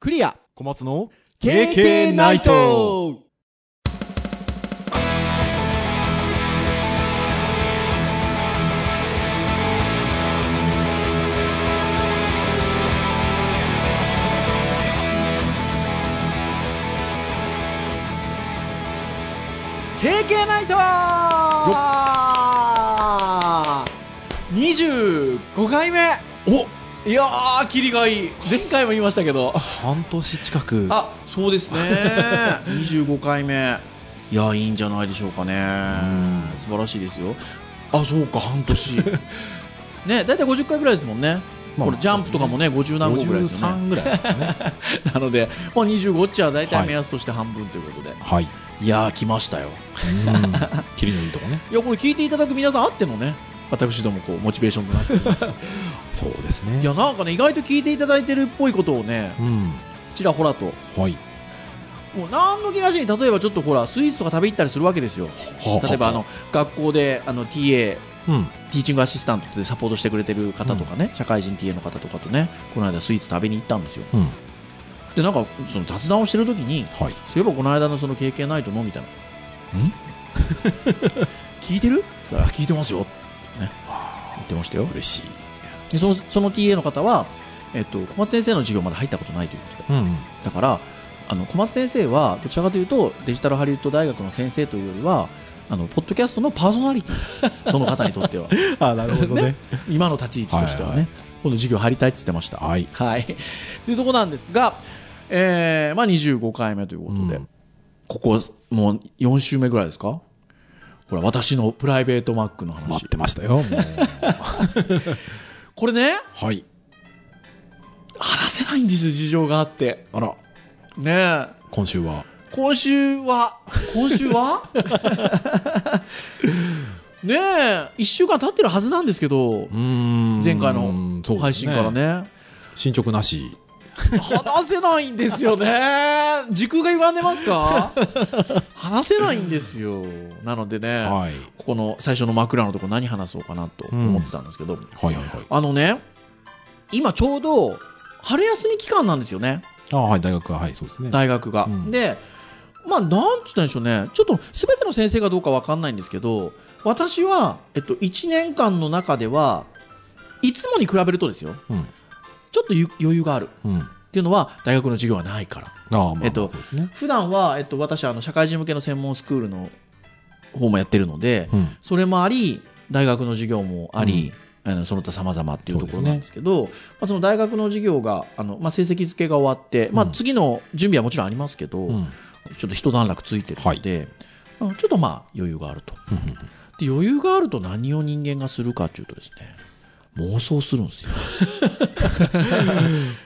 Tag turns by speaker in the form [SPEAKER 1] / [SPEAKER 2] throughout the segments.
[SPEAKER 1] クリア
[SPEAKER 2] 小松の
[SPEAKER 1] KK ナイト「KK ナイト」25回目
[SPEAKER 2] お
[SPEAKER 1] いやーキリがいい前回も言いましたけど
[SPEAKER 2] 半年近く
[SPEAKER 1] あそうです ね25回目いやーいいんじゃないでしょうかね素晴らしいですよあそうか半年 ね大体50回ぐらいですもんね、
[SPEAKER 2] まあ
[SPEAKER 1] これジャンプとかもね50何個ぐらいですよね
[SPEAKER 2] 53ぐらいですね
[SPEAKER 1] なので、まあ、25っちゃ大
[SPEAKER 2] は
[SPEAKER 1] 体
[SPEAKER 2] い
[SPEAKER 1] 目安として半分ということで、
[SPEAKER 2] はい
[SPEAKER 1] い、やー来ましたよ
[SPEAKER 2] うんキリのいいとこね
[SPEAKER 1] いやこれ聞いていただく皆さんあってのね私どもこうモチベーションとなってます
[SPEAKER 2] そうですね
[SPEAKER 1] いやなんかね意外と聞いていただいてるっぽいことをね
[SPEAKER 2] うん
[SPEAKER 1] ちらほらと
[SPEAKER 2] はい
[SPEAKER 1] もう何の気なしに例えばちょっとほらスイーツとか食べ行ったりするわけですよ例えばあの学校であの TA
[SPEAKER 2] うん
[SPEAKER 1] ティーチングアシスタントでサポートしてくれてる方とかね、社会人 TA の方とかとねこの間スイーツ食べに行ったんですよ
[SPEAKER 2] うん
[SPEAKER 1] でなんかその雑談をしてる時に
[SPEAKER 2] はい
[SPEAKER 1] そういえばこの間のその経験ないと思うみたいな 聞いてるそしたら聞いてますよってね言ってましたよ
[SPEAKER 2] 嬉しい
[SPEAKER 1] でそのその TA の方は、えっと、小松先生の授業まだ入ったことないということで
[SPEAKER 2] うん
[SPEAKER 1] だからあの小松先生はどちらかというとデジタルハリウッド大学の先生というよりはあのポッドキャストのパーソナリテ ィその方にとっては
[SPEAKER 2] あなるほどね
[SPEAKER 1] 今の立ち位置としてはね、
[SPEAKER 2] はいはい
[SPEAKER 1] 今度授業入りたいって言ってました
[SPEAKER 2] はい
[SPEAKER 1] はいというところなんですが、えーまあ、25回目ということで、
[SPEAKER 2] うん
[SPEAKER 1] ここもう4週目ぐらいですかほら私のプライベートマックの
[SPEAKER 2] 待
[SPEAKER 1] 話
[SPEAKER 2] ってました よもう
[SPEAKER 1] これね
[SPEAKER 2] はい
[SPEAKER 1] 話せないんですよ事情があって
[SPEAKER 2] あら
[SPEAKER 1] ねえ
[SPEAKER 2] 今週は
[SPEAKER 1] 今週は今週は ねえ1週間経ってるはずなんですけど
[SPEAKER 2] うん
[SPEAKER 1] 前回の配信からね
[SPEAKER 2] 進捗なし
[SPEAKER 1] 話せないんですよ ね時空が歪んでます か話せないんですよなのでね、
[SPEAKER 2] はい
[SPEAKER 1] ここの最初の枕のとこ何話そうかなと思ってたんですけど、
[SPEAKER 2] はいはいはい
[SPEAKER 1] あのね今ちょうど春休み期間なんですよね
[SPEAKER 2] あはい大学ははいそうですね
[SPEAKER 1] 大学が、
[SPEAKER 2] うん
[SPEAKER 1] でまあなんつったんでしょうねちょっと全ての先生がどうかわかんないんですけど私は、えっと、1年間の中ではいつもに比べるとですよ
[SPEAKER 2] うん
[SPEAKER 1] ちょっとゆ余裕があるっ
[SPEAKER 2] うん
[SPEAKER 1] ていうのは大学の授業はないから
[SPEAKER 2] あまあまあ
[SPEAKER 1] えっと
[SPEAKER 2] そうですね
[SPEAKER 1] 普段はえっと、私はあの社会人向けの専門スクールの方もやってるので、
[SPEAKER 2] うん
[SPEAKER 1] それもあり大学の授業もあり、あのその他様々っていうところなんですけどそまあ、その大学の授業があの、まあ、成績付けが終わって、まあ、
[SPEAKER 2] うん
[SPEAKER 1] 次の準備はもちろんありますけど、
[SPEAKER 2] うん
[SPEAKER 1] ちょっと一段落ついてるので、あのちょっとまあ余裕があるとで余裕があると何を人間がするかっていうとですね妄想するんですよ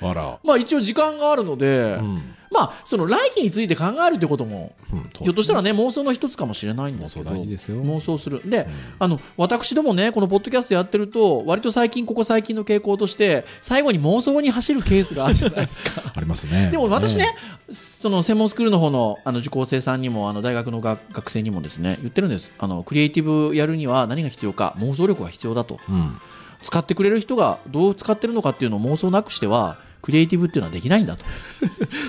[SPEAKER 2] あら
[SPEAKER 1] まあ一応時間があるので、
[SPEAKER 2] うん
[SPEAKER 1] まあその来期について考えるということも
[SPEAKER 2] うん
[SPEAKER 1] ひょっとしたらね妄想の一つかもしれないんですけど
[SPEAKER 2] 妄想大事ですよ
[SPEAKER 1] 妄想するで、あの私どもねこのポッドキャストやってると割と最近ここ最近の傾向として最後に妄想に走るケースがあるじゃないです か
[SPEAKER 2] ありますね
[SPEAKER 1] でも私ね、その専門スクールの方のあの受講生さんにもあの大学のが学生にもですね言ってるんですあのクリエイティブやるには何が必要か妄想力が必要だと
[SPEAKER 2] うん
[SPEAKER 1] 使ってくれる人がどう使ってるのかっていうのを妄想なくしてはクリエイティブっていうのはできないんだと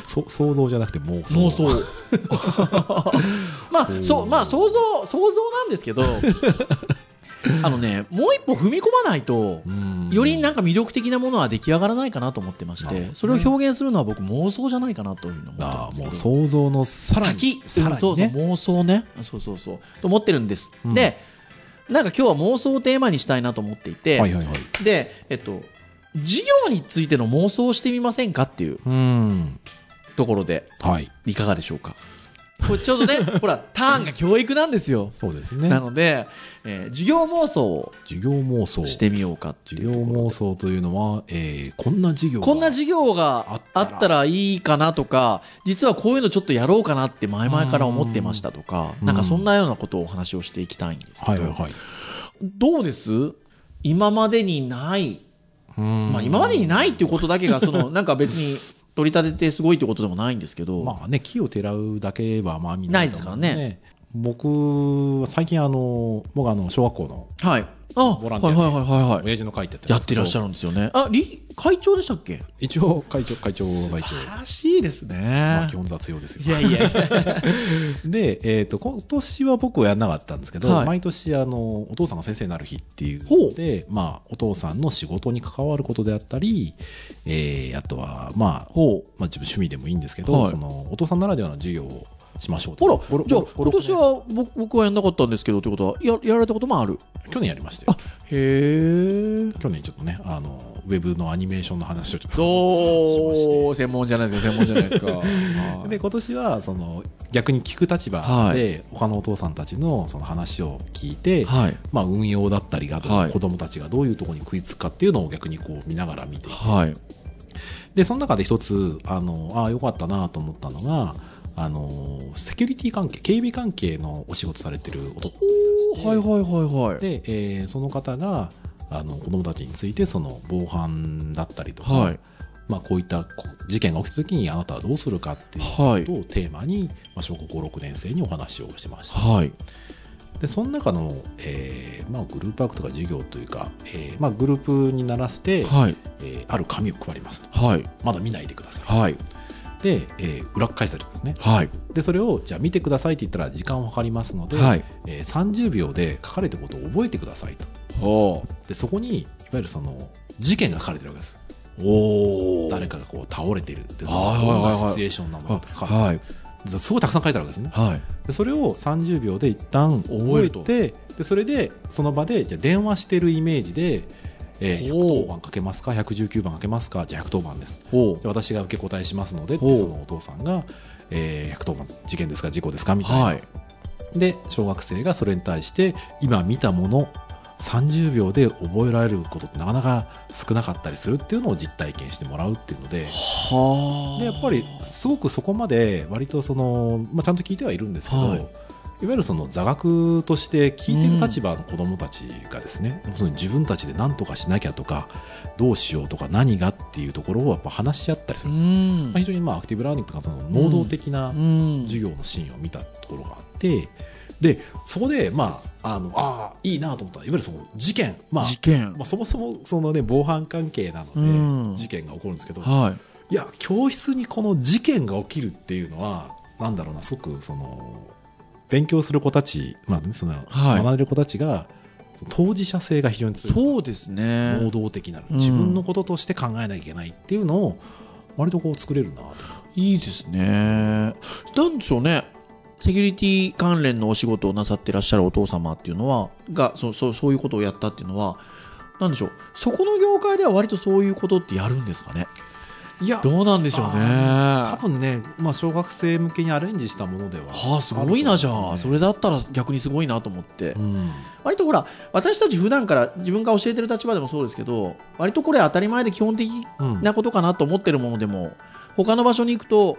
[SPEAKER 2] そ想像じゃなくて妄想
[SPEAKER 1] 妄想 まあそうまあ想像想像なんですけ どあのねもう一歩踏み込まないと
[SPEAKER 2] うん
[SPEAKER 1] よりなんか魅力的なものは出来上がらないかなと思ってまし
[SPEAKER 2] なるほ
[SPEAKER 1] て
[SPEAKER 2] ど
[SPEAKER 1] それを表現するのは僕妄想じゃないかなというふうに思って
[SPEAKER 2] あ
[SPEAKER 1] ま
[SPEAKER 2] あ
[SPEAKER 1] すけ
[SPEAKER 2] も
[SPEAKER 1] ど
[SPEAKER 2] う想像のさら
[SPEAKER 1] 先
[SPEAKER 2] にさらにね
[SPEAKER 1] そうそう妄想ねそうそうそうと思ってるんです、
[SPEAKER 2] うん
[SPEAKER 1] でなんか今日は妄想をテーマにしたいなと思っていて、
[SPEAKER 2] はいはいはい
[SPEAKER 1] でえっと事業についての妄想をしてみませんかっていう
[SPEAKER 2] うん
[SPEAKER 1] ところで
[SPEAKER 2] はい
[SPEAKER 1] いかがでしょうかこれちょうど ねほらターンが教育なんですよ
[SPEAKER 2] そうですね
[SPEAKER 1] なので、えー、授業妄想を
[SPEAKER 2] 授業妄想
[SPEAKER 1] してみようかっていう
[SPEAKER 2] 授業妄想というのは、えー、こんな授業が
[SPEAKER 1] こんな授業があ
[SPEAKER 2] あったら
[SPEAKER 1] ったらいいかなとか実はこういうのちょっとやろうかなって前々から思ってましたとか
[SPEAKER 2] うん
[SPEAKER 1] なんかそんなようなことをお話をしていきたいんですけど、
[SPEAKER 2] はいはいはい
[SPEAKER 1] どうです今までにない、
[SPEAKER 2] うん
[SPEAKER 1] まあ、今までにないっていうことだけがそ のなんか別に取り立ててすごいってことでもないんですけど、
[SPEAKER 2] まあね木をてらうだけはまあみん
[SPEAKER 1] ないですからね
[SPEAKER 2] 僕は最近あの僕はあの小学校の
[SPEAKER 1] はいあ、
[SPEAKER 2] ボランテ
[SPEAKER 1] は
[SPEAKER 2] ィ
[SPEAKER 1] いは
[SPEAKER 2] ア
[SPEAKER 1] い
[SPEAKER 2] で、
[SPEAKER 1] はいはいはい。
[SPEAKER 2] 親父の会ってやって
[SPEAKER 1] やってらっしゃ
[SPEAKER 2] る
[SPEAKER 1] るんですよね。あ、り会長でしたっけ
[SPEAKER 2] 一応会長会長会長、
[SPEAKER 1] らしいですね。
[SPEAKER 2] まあ、基本雑用ですよ
[SPEAKER 1] いやいやいや。
[SPEAKER 2] で、えー、と今年は僕はやらなかったんですけど、
[SPEAKER 1] はい
[SPEAKER 2] 毎年あのお父さんが先生になる日っていう
[SPEAKER 1] ほう
[SPEAKER 2] ので、まあ、お父さんの仕事に関わることであったり、えーあとは、まあ
[SPEAKER 1] ほ
[SPEAKER 2] まあ、自分趣味でもいいんですけど、
[SPEAKER 1] はい
[SPEAKER 2] そのお父さんならではの授業をしましょう
[SPEAKER 1] ほら
[SPEAKER 2] とごろ、
[SPEAKER 1] じゃあ
[SPEAKER 2] ごろ
[SPEAKER 1] 今
[SPEAKER 2] ごろ
[SPEAKER 1] 年は僕僕はやんなかったんですけどってことは、ややられたこともある。
[SPEAKER 2] 去年やりましたよ
[SPEAKER 1] へえ。
[SPEAKER 2] 去年ちょっとねあのウェブのアニメーションの話をちょっと
[SPEAKER 1] ど
[SPEAKER 2] しまして
[SPEAKER 1] う専門じゃないですか、専門じゃないですか。はい
[SPEAKER 2] で今年はその逆に聞く立場で、
[SPEAKER 1] はい
[SPEAKER 2] 他のお父さんたちのその話を聞いて、
[SPEAKER 1] はい。
[SPEAKER 2] まあ、運用だったりが、
[SPEAKER 1] はい
[SPEAKER 2] 子どもたちがどういうところに食いつくかっていうのを逆にこう見ながら見ていて
[SPEAKER 1] はい。
[SPEAKER 2] でその中で一つあのああよかったなと思ったのがあのセキュリティ関係警備関係のお仕事されてる男
[SPEAKER 1] おーはいはいはいはい。
[SPEAKER 2] で、えーその方があの子どもたちについてその防犯だったりとか、
[SPEAKER 1] はい。
[SPEAKER 2] まあ、こういったこう事件が起きた時にあなたはどうするかっていう
[SPEAKER 1] はい
[SPEAKER 2] ことをテーマに、まあ、小学校6年生にお話をしてました。
[SPEAKER 1] はい。
[SPEAKER 2] でその中の、えーまあ、グループワークとか授業というか、えーまあ、グループにならせて、
[SPEAKER 1] はい。
[SPEAKER 2] えーある紙を配りますと
[SPEAKER 1] はい。
[SPEAKER 2] まだ見ないでください、
[SPEAKER 1] はい。
[SPEAKER 2] で、えー裏返されるんですね
[SPEAKER 1] はい。
[SPEAKER 2] でそれをじゃあ見てくださいって言ったら時間を計りますので、
[SPEAKER 1] はい。
[SPEAKER 2] えー30秒で書かれたことを覚えてくださいと
[SPEAKER 1] お
[SPEAKER 2] でそこにいわゆるその事件が書かれてるわけです
[SPEAKER 1] お
[SPEAKER 2] 誰かがこう倒れてるでどん
[SPEAKER 1] はいはいはいは
[SPEAKER 2] ないシチュエーションなのかとか、
[SPEAKER 1] はい。
[SPEAKER 2] すごいたくさん書いてあるわけですね
[SPEAKER 1] はい。
[SPEAKER 2] でそれを30秒で一旦覚えてでそれでその場でじゃあ電話してるイメージで、えー、
[SPEAKER 1] おー
[SPEAKER 2] 110番かけますか119番かけますかじゃあ110番です
[SPEAKER 1] おう
[SPEAKER 2] で私が受け答えしますのでっ
[SPEAKER 1] おう
[SPEAKER 2] てそのお父さんが、えー、110番事件ですか事故ですかみたいな、
[SPEAKER 1] はい。
[SPEAKER 2] で小学生がそれに対して今見たもの30秒で覚えられることってなかなか少なかったりするっていうのを実体験してもらうっていうので
[SPEAKER 1] はあ。
[SPEAKER 2] でやっぱりすごくそこまで割とその、まあ、ちゃんと聞いてはいるんですけど、
[SPEAKER 1] はい
[SPEAKER 2] い、わゆるその座学として聞いてる立場の子どもたちがですね、要するに自分たちで何とかしなきゃとかどうしようとか何がっていうところをやっぱ話し合ったりす
[SPEAKER 1] う
[SPEAKER 2] る、
[SPEAKER 1] ん
[SPEAKER 2] まあ、非常にまあアクティブラーニングとかその能動的な
[SPEAKER 1] うん
[SPEAKER 2] 授業のシーンを見たところがあって。でそこで、まあ、あのあーいいなと思ったのはいわゆるその事件、まあ
[SPEAKER 1] 事件
[SPEAKER 2] まあ、そもそもその、ね、防犯関係な
[SPEAKER 1] う
[SPEAKER 2] の
[SPEAKER 1] ん
[SPEAKER 2] で事件が起こるんですけど、
[SPEAKER 1] はい
[SPEAKER 2] や教室にこの事件が起きるっていうのはなんだろうなすごくその勉強する子たち、まあねその
[SPEAKER 1] はい
[SPEAKER 2] 学んでる子たちがその当事者性が非常に
[SPEAKER 1] い
[SPEAKER 2] 強い
[SPEAKER 1] そうですね
[SPEAKER 2] 能動的なの
[SPEAKER 1] うん
[SPEAKER 2] 自分のこととして考えなきゃいけないっていうのを割とこう作れるなと
[SPEAKER 1] いいですねなんでしょうねセキュリティ関連のお仕事をなさってらっしゃるお父様っていうのはがそうそうそういうことをやったっていうのはなんでしょうそこの業界では割とそういうことってやるんですかね
[SPEAKER 2] いや
[SPEAKER 1] どうなんでしょうね
[SPEAKER 2] 多分ね、まあ、小学生向けにアレンジしたものでは
[SPEAKER 1] はあすごいなじゃあそ
[SPEAKER 2] れ、
[SPEAKER 1] れだったら逆にすごいなと思って
[SPEAKER 2] うん
[SPEAKER 1] 割とほら私たち普段から自分が教えてる立場でもそうですけど割とこれ当たり前で基本的
[SPEAKER 2] うん
[SPEAKER 1] なことかなと思ってるものでも他の場所に行くと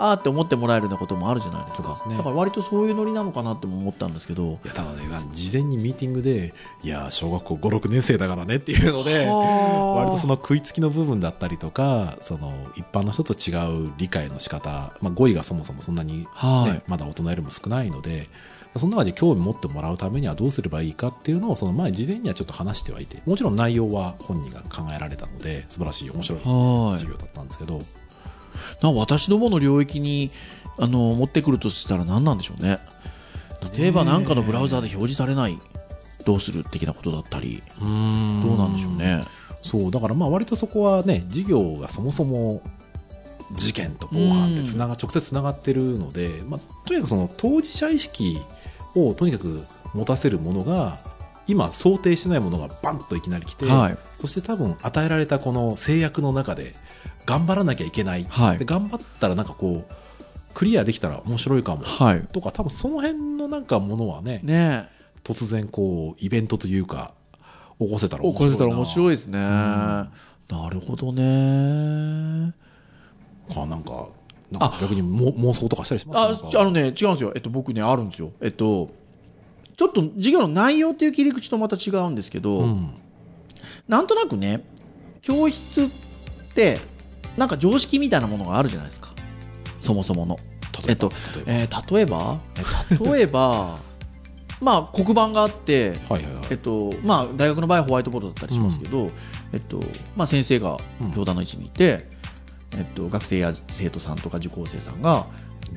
[SPEAKER 1] あーって思ってもらえるようなこともあるじゃないです
[SPEAKER 2] そう
[SPEAKER 1] か
[SPEAKER 2] ですね
[SPEAKER 1] だから割とそういうノリなのかなっても思ったんですけど
[SPEAKER 2] いやただね事前にミーティングでいや小学校56年生だからねっていうので 割
[SPEAKER 1] 割
[SPEAKER 2] とその食いつきの部分だったりとかその一般の人と違う理解の仕方、まあ、語彙がそもそもそんなに、ね
[SPEAKER 1] はい
[SPEAKER 2] まだ大人よりも少ないのでその中で興味持ってもらうためにはどうすればいいかっていうのをその前事前にはちょっと話してはいてもちろん内容は本人が考えられたので素晴らしい面白い
[SPEAKER 1] はい
[SPEAKER 2] 授業だったんですけど、
[SPEAKER 1] なんか私どもの領域にあの持ってくるとしたら何なんでしょうね例えば何かのブラウザーで表示されないどうする的なことだったりどうなんでしょうね
[SPEAKER 2] そうだからまあ割とそこはね事業がそもそも事件と防犯ってつなが直接つながってるので、まあ、とにかくその当事者意識をとにかく持たせるものが今想定してないものがバンといきなり来て、
[SPEAKER 1] はい
[SPEAKER 2] そして多分与えられたこの制約の中で頑張らなきゃいけない、
[SPEAKER 1] はい
[SPEAKER 2] で頑張ったらなんかこうクリアできたら面白いかも
[SPEAKER 1] はい
[SPEAKER 2] とか多分その辺のなんかものはね
[SPEAKER 1] ねえ
[SPEAKER 2] 突然こうイベントというか起こせたら面
[SPEAKER 1] こ
[SPEAKER 2] 白い
[SPEAKER 1] れ出
[SPEAKER 2] な
[SPEAKER 1] たら面白いですね、なるほどね
[SPEAKER 2] あなんかなんか逆にも妄想とかしたりします
[SPEAKER 1] あ
[SPEAKER 2] なんか
[SPEAKER 1] あのね違うんですよえっと僕ねあるんですよえっとちょっと授業の内容っていう切り口とまた違うんですけど、
[SPEAKER 2] うん
[SPEAKER 1] なんとなくね教室ってなんか常識みたいなものがあるじゃないですかそもそもの
[SPEAKER 2] 例えば
[SPEAKER 1] えっと
[SPEAKER 2] 例えば
[SPEAKER 1] えー例えばえ例えばまあ、黒板があって、
[SPEAKER 2] はいはいは
[SPEAKER 1] えっ
[SPEAKER 2] い。
[SPEAKER 1] とまあ、大学の場合はホワイトボードだったりしますけど、えっとまあ、先生が教団の位置にいて、えっと、学生や生徒さんとか受講生さんが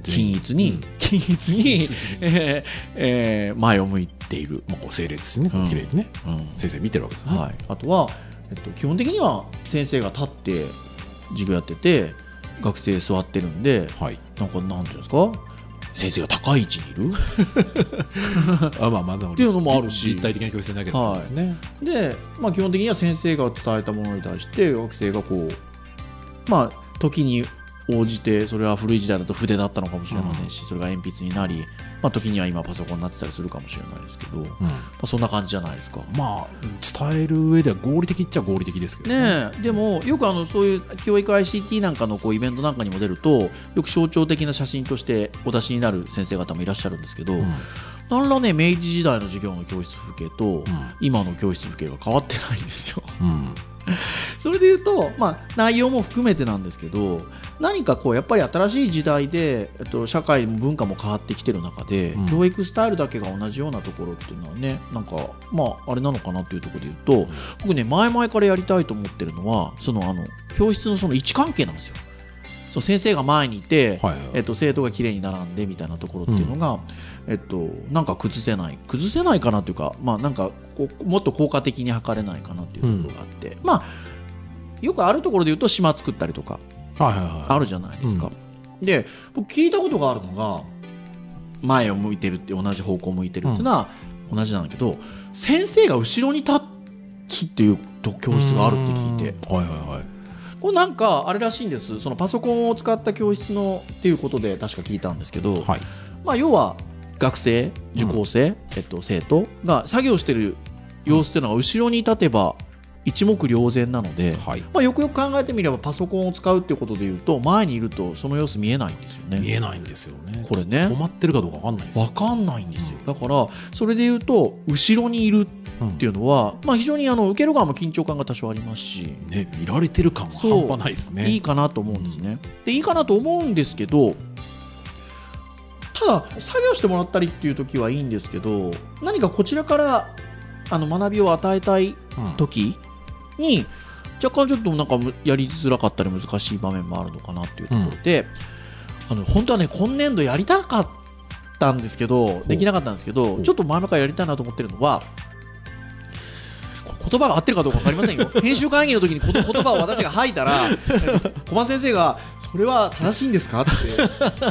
[SPEAKER 1] 均一に、
[SPEAKER 2] うん
[SPEAKER 1] 均一に、えーえー前を向いている、
[SPEAKER 2] まあ、こう整列ですね
[SPEAKER 1] うん。
[SPEAKER 2] 綺麗にね。
[SPEAKER 1] うん
[SPEAKER 2] 先生見てるわけですよね。
[SPEAKER 1] はい、あとは、えっと、基本的には先生が立って授業やってて学生座ってるんで
[SPEAKER 2] はい。
[SPEAKER 1] なんかなんていうんですか先生が高い位置にいる
[SPEAKER 2] あまあまあ、っ
[SPEAKER 1] っていうのもあるし
[SPEAKER 2] 立体的な教室なきゃそうですね。
[SPEAKER 1] で、まあ、基本的には先生が伝えたものに対して学生がこうまあ時に応じてそれは古い時代だと筆だったのかもしれませんし、それが鉛筆になり、まあ、時には今パソコンになってたりするかもしれないですけど、ま
[SPEAKER 2] うん
[SPEAKER 1] あ、そんな感じじゃないですか。
[SPEAKER 2] まあ、伝える上では合理的っちゃ合理的ですけど
[SPEAKER 1] ねえでもよくあのそういう教育 ICT なんかのこうイベントなんかにも出るとよく象徴的な写真としてお出しになる先生方もいらっしゃるんですけど、
[SPEAKER 2] うん
[SPEAKER 1] なんらね明治時代の授業の教室風景と、
[SPEAKER 2] うん
[SPEAKER 1] 今の教室風景が変わってないんですよ。
[SPEAKER 2] うん
[SPEAKER 1] それで言うと、まあ、内容も含めてなんですけど何かこうやっぱり新しい時代で、えっと、社会も文化も変わってきてる中で、
[SPEAKER 2] うん
[SPEAKER 1] 教育スタイルだけが同じようなところっていうのはねなんかまああれなのかなっていうところで言うと、僕ね前々からやりたいと思ってるのはそのあの教室のその位置関係なんですよ。その先生が前にいて、
[SPEAKER 2] はいはいはい
[SPEAKER 1] えっと、生徒が綺麗に並んでみたいなところっていうのが、えっと、なんか崩せない崩せないかなというか、まあ、なんかこうもっと効果的に測れないかなっていうところがあって、まあよくあるところで言うと島作ったりとか
[SPEAKER 2] はいはいはい。
[SPEAKER 1] あるじゃないですか、で僕聞いたことがあるのが前を向いてるって同じ方向を向いてるっていうのは同じなんだけど、先生が後ろに立つっていうと教室があるって聞いて
[SPEAKER 2] うん。はいはいはい。
[SPEAKER 1] これなんかあれらしいんですそのパソコンを使った教室のっていうことで確か聞いたんですけど、
[SPEAKER 2] はい。
[SPEAKER 1] まあ、要は学生受講生、えっと、生徒が作業してる様子っていうのが後ろに立てば一目瞭然なので、
[SPEAKER 2] はい。
[SPEAKER 1] まあ、よくよく考えてみればパソコンを使うっていうことでいうと前にいるとその様子見えないんですよ
[SPEAKER 2] 見
[SPEAKER 1] ね。
[SPEAKER 2] えないんですよね。
[SPEAKER 1] これね
[SPEAKER 2] 止まってるかどうかわかんないですよ
[SPEAKER 1] わかんないんですよだからそれでいうと後ろにいるっていうのは、まあ、非常にあの受ける側も緊張感が多少ありますし、
[SPEAKER 2] ね、見られてる感は
[SPEAKER 1] そう
[SPEAKER 2] 半端ないですね。
[SPEAKER 1] いいかなと思うんですね。でいいかなと思うんですけどただ作業してもらったりっていう時はいいんですけど何かこちらからあの学びを与えたい
[SPEAKER 2] うん
[SPEAKER 1] 時に若干ちょっとなんかむやりづらかったり難しい場面もあるのかなっていうところで、あの本当はね今年度やりたかったんですけど
[SPEAKER 2] う
[SPEAKER 1] できなかったんですけど
[SPEAKER 2] ほう
[SPEAKER 1] ちょっと前々からやりたいなと思ってるのはこ言葉が合ってるかどうか分かりません よ編集会議の時にこの言葉を私が吐いたらえっと小松先生がそれは正しいんです かって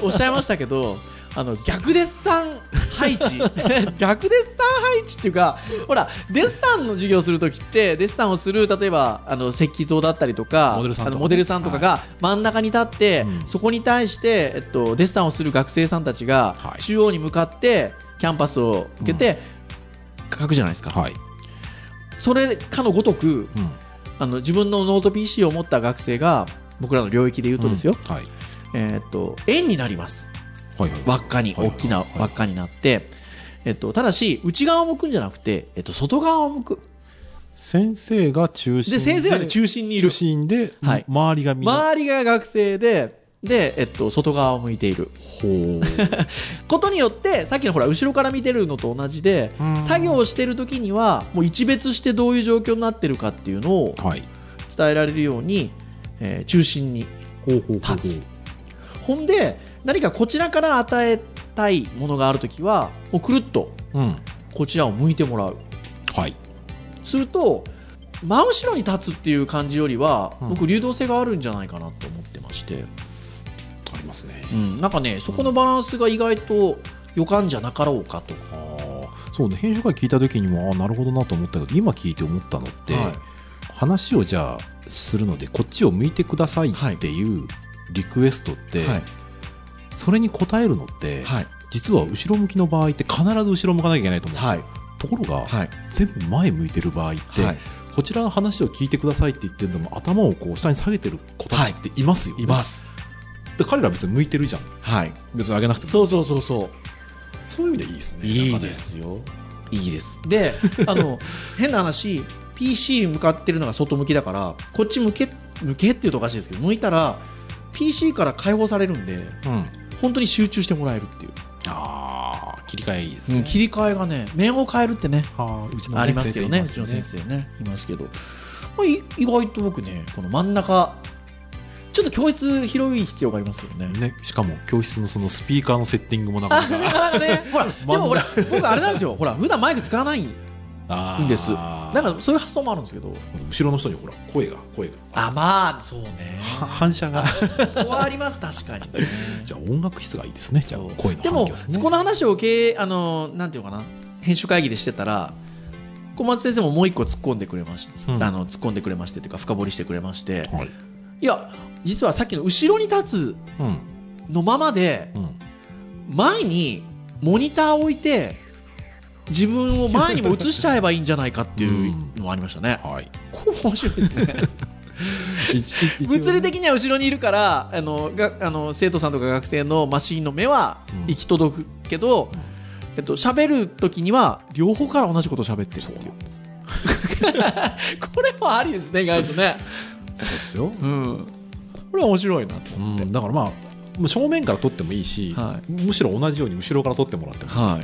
[SPEAKER 1] おっしゃいましたけどあの逆デッサン配 置逆デッサン配置っていうかほらデッサンの授業する時ってデッサンをする例えばあの石像だったりとか
[SPEAKER 2] モデルさんとか
[SPEAKER 1] あ
[SPEAKER 2] ね
[SPEAKER 1] のモデルさんとかが真ん中に立って、
[SPEAKER 2] うん
[SPEAKER 1] そこに対して、えっと、デッサンをする学生さんたちが
[SPEAKER 2] はい
[SPEAKER 1] 中央に向かってキャンパスを向けて書くじゃないですか、
[SPEAKER 2] はい。
[SPEAKER 1] それかのごとく
[SPEAKER 2] うん。
[SPEAKER 1] あの自分のノート PC を持った学生が僕らの領域で言うとですよ、
[SPEAKER 2] うんはい。
[SPEAKER 1] えっと円になります
[SPEAKER 2] はいはい。
[SPEAKER 1] 輪っかに、
[SPEAKER 2] はいはい
[SPEAKER 1] 大きな輪っかになって、えっと、ただし内側を向くんじゃなくて、えっと、外側を向く
[SPEAKER 2] 先生が中心
[SPEAKER 1] で先生は、ね、中心にいる
[SPEAKER 2] 中心で、
[SPEAKER 1] はい
[SPEAKER 2] 周りがみんな、
[SPEAKER 1] 周りが学生でで、えっと、外側を向いている
[SPEAKER 2] ほう
[SPEAKER 1] ことによってさっきのほら後ろから見てるのと同じで
[SPEAKER 2] うん
[SPEAKER 1] 作業をしてる時にはもう一別してどういう状況になってるかっていうのを
[SPEAKER 2] はい
[SPEAKER 1] 伝えられるように、えー中心に
[SPEAKER 2] ほうほうほうほう
[SPEAKER 1] 立つほんで何かこちらから与えたいものがある時はもうくるっと
[SPEAKER 2] うん
[SPEAKER 1] こちらを向いてもらう
[SPEAKER 2] はい
[SPEAKER 1] すると真後ろに立つっていう感じよりは
[SPEAKER 2] うん
[SPEAKER 1] 僕流動性があるんじゃないかなと思ってまして、
[SPEAKER 2] ありますね
[SPEAKER 1] うんなんかねそこのバランスが意外と予感じゃなかろうかと。
[SPEAKER 2] あーそうね編集会聞いた時にもあーなるほどなと思ったけど今聞いて思ったのって、
[SPEAKER 1] はい
[SPEAKER 2] 話をじゃあするのでこっちを向いてくださいっていうリクエストって、それに応えるのって、
[SPEAKER 1] はい
[SPEAKER 2] 実は後ろ向きの場合って必ず後ろ向かなきゃいけないと思うんですよ、
[SPEAKER 1] はい
[SPEAKER 2] ところが、
[SPEAKER 1] はい
[SPEAKER 2] 全部前向いてる場合って、
[SPEAKER 1] はい
[SPEAKER 2] こちらの話を聞いてくださいって言ってるのも頭をこう下に下げてる子たちっていますよね、
[SPEAKER 1] います。
[SPEAKER 2] で彼ら別に向いてるじゃん
[SPEAKER 1] はい。
[SPEAKER 2] 別に上げなくても
[SPEAKER 1] そうそうそうそ
[SPEAKER 2] そういう意味でいいです
[SPEAKER 1] う。
[SPEAKER 2] ね
[SPEAKER 1] いいですよ。いいです。で、あの 変な話、PC 向かってるのが外向きだから、こっち向け向けっていうとおかしいですけど、向いたら PC から解放されるんで、
[SPEAKER 2] なんかねうん
[SPEAKER 1] 本当に集中してもらえるっていう。
[SPEAKER 2] ああ切り替えいいです
[SPEAKER 1] う
[SPEAKER 2] ね。
[SPEAKER 1] ん切り替えがね面を変えるってね
[SPEAKER 2] はあ、うちの
[SPEAKER 1] ありますよねうちの
[SPEAKER 2] 先
[SPEAKER 1] 先
[SPEAKER 2] 生
[SPEAKER 1] 生ねいますけど、まあ、い意外と僕ねこの真ん中ちょっと教室広い必要がありますけどね
[SPEAKER 2] いますねね、しかも教室のそのスピーカーのセッティングもな
[SPEAKER 1] あ
[SPEAKER 2] かな
[SPEAKER 1] ね
[SPEAKER 2] か
[SPEAKER 1] あねほらでもほら
[SPEAKER 2] 真
[SPEAKER 1] 僕あれなんですよほら普段マイク使わない
[SPEAKER 2] あ
[SPEAKER 1] いい
[SPEAKER 2] ー
[SPEAKER 1] んですなんかそういう発想もあるんですけど
[SPEAKER 2] 後ろの人にほら声が声が
[SPEAKER 1] あまあそうね
[SPEAKER 2] は反射が
[SPEAKER 1] そこはあります確かにね、
[SPEAKER 2] じゃあ音楽室がいいですねじゃあ声の
[SPEAKER 1] で
[SPEAKER 2] 反
[SPEAKER 1] も
[SPEAKER 2] 響ですね
[SPEAKER 1] そこの話を経営あのなんていうのかな編集会議でしてたら小松先生ももう一個突っ込んでくれまして、
[SPEAKER 2] うん
[SPEAKER 1] あの突っ込んでくれましてっていうか深掘りしてくれまして
[SPEAKER 2] はい
[SPEAKER 1] いや実はさっきの後ろに立
[SPEAKER 2] うん
[SPEAKER 1] つのままで
[SPEAKER 2] うん
[SPEAKER 1] 前にモニターを置いて自分を前にも映しちゃえばいいんじゃないかっていうのもありましたね。
[SPEAKER 2] はい
[SPEAKER 1] これ面白いですね
[SPEAKER 2] 一
[SPEAKER 1] 物理的には後ろにいるからあのがあの生徒さんとか学生のマシーンの目は
[SPEAKER 2] うん
[SPEAKER 1] 行き届くけど、
[SPEAKER 2] うん
[SPEAKER 1] えっと喋る時には両方から同じこと喋ってるっ
[SPEAKER 2] そう
[SPEAKER 1] ていう
[SPEAKER 2] なんです
[SPEAKER 1] これもありですね意外とね、
[SPEAKER 2] そうですよ、
[SPEAKER 1] うん、これは面白いなと
[SPEAKER 2] う
[SPEAKER 1] 思って、
[SPEAKER 2] ん、だからまあもう正面から撮ってもいいし、
[SPEAKER 1] は
[SPEAKER 2] むしろ同じように後ろから撮ってもらっても
[SPEAKER 1] は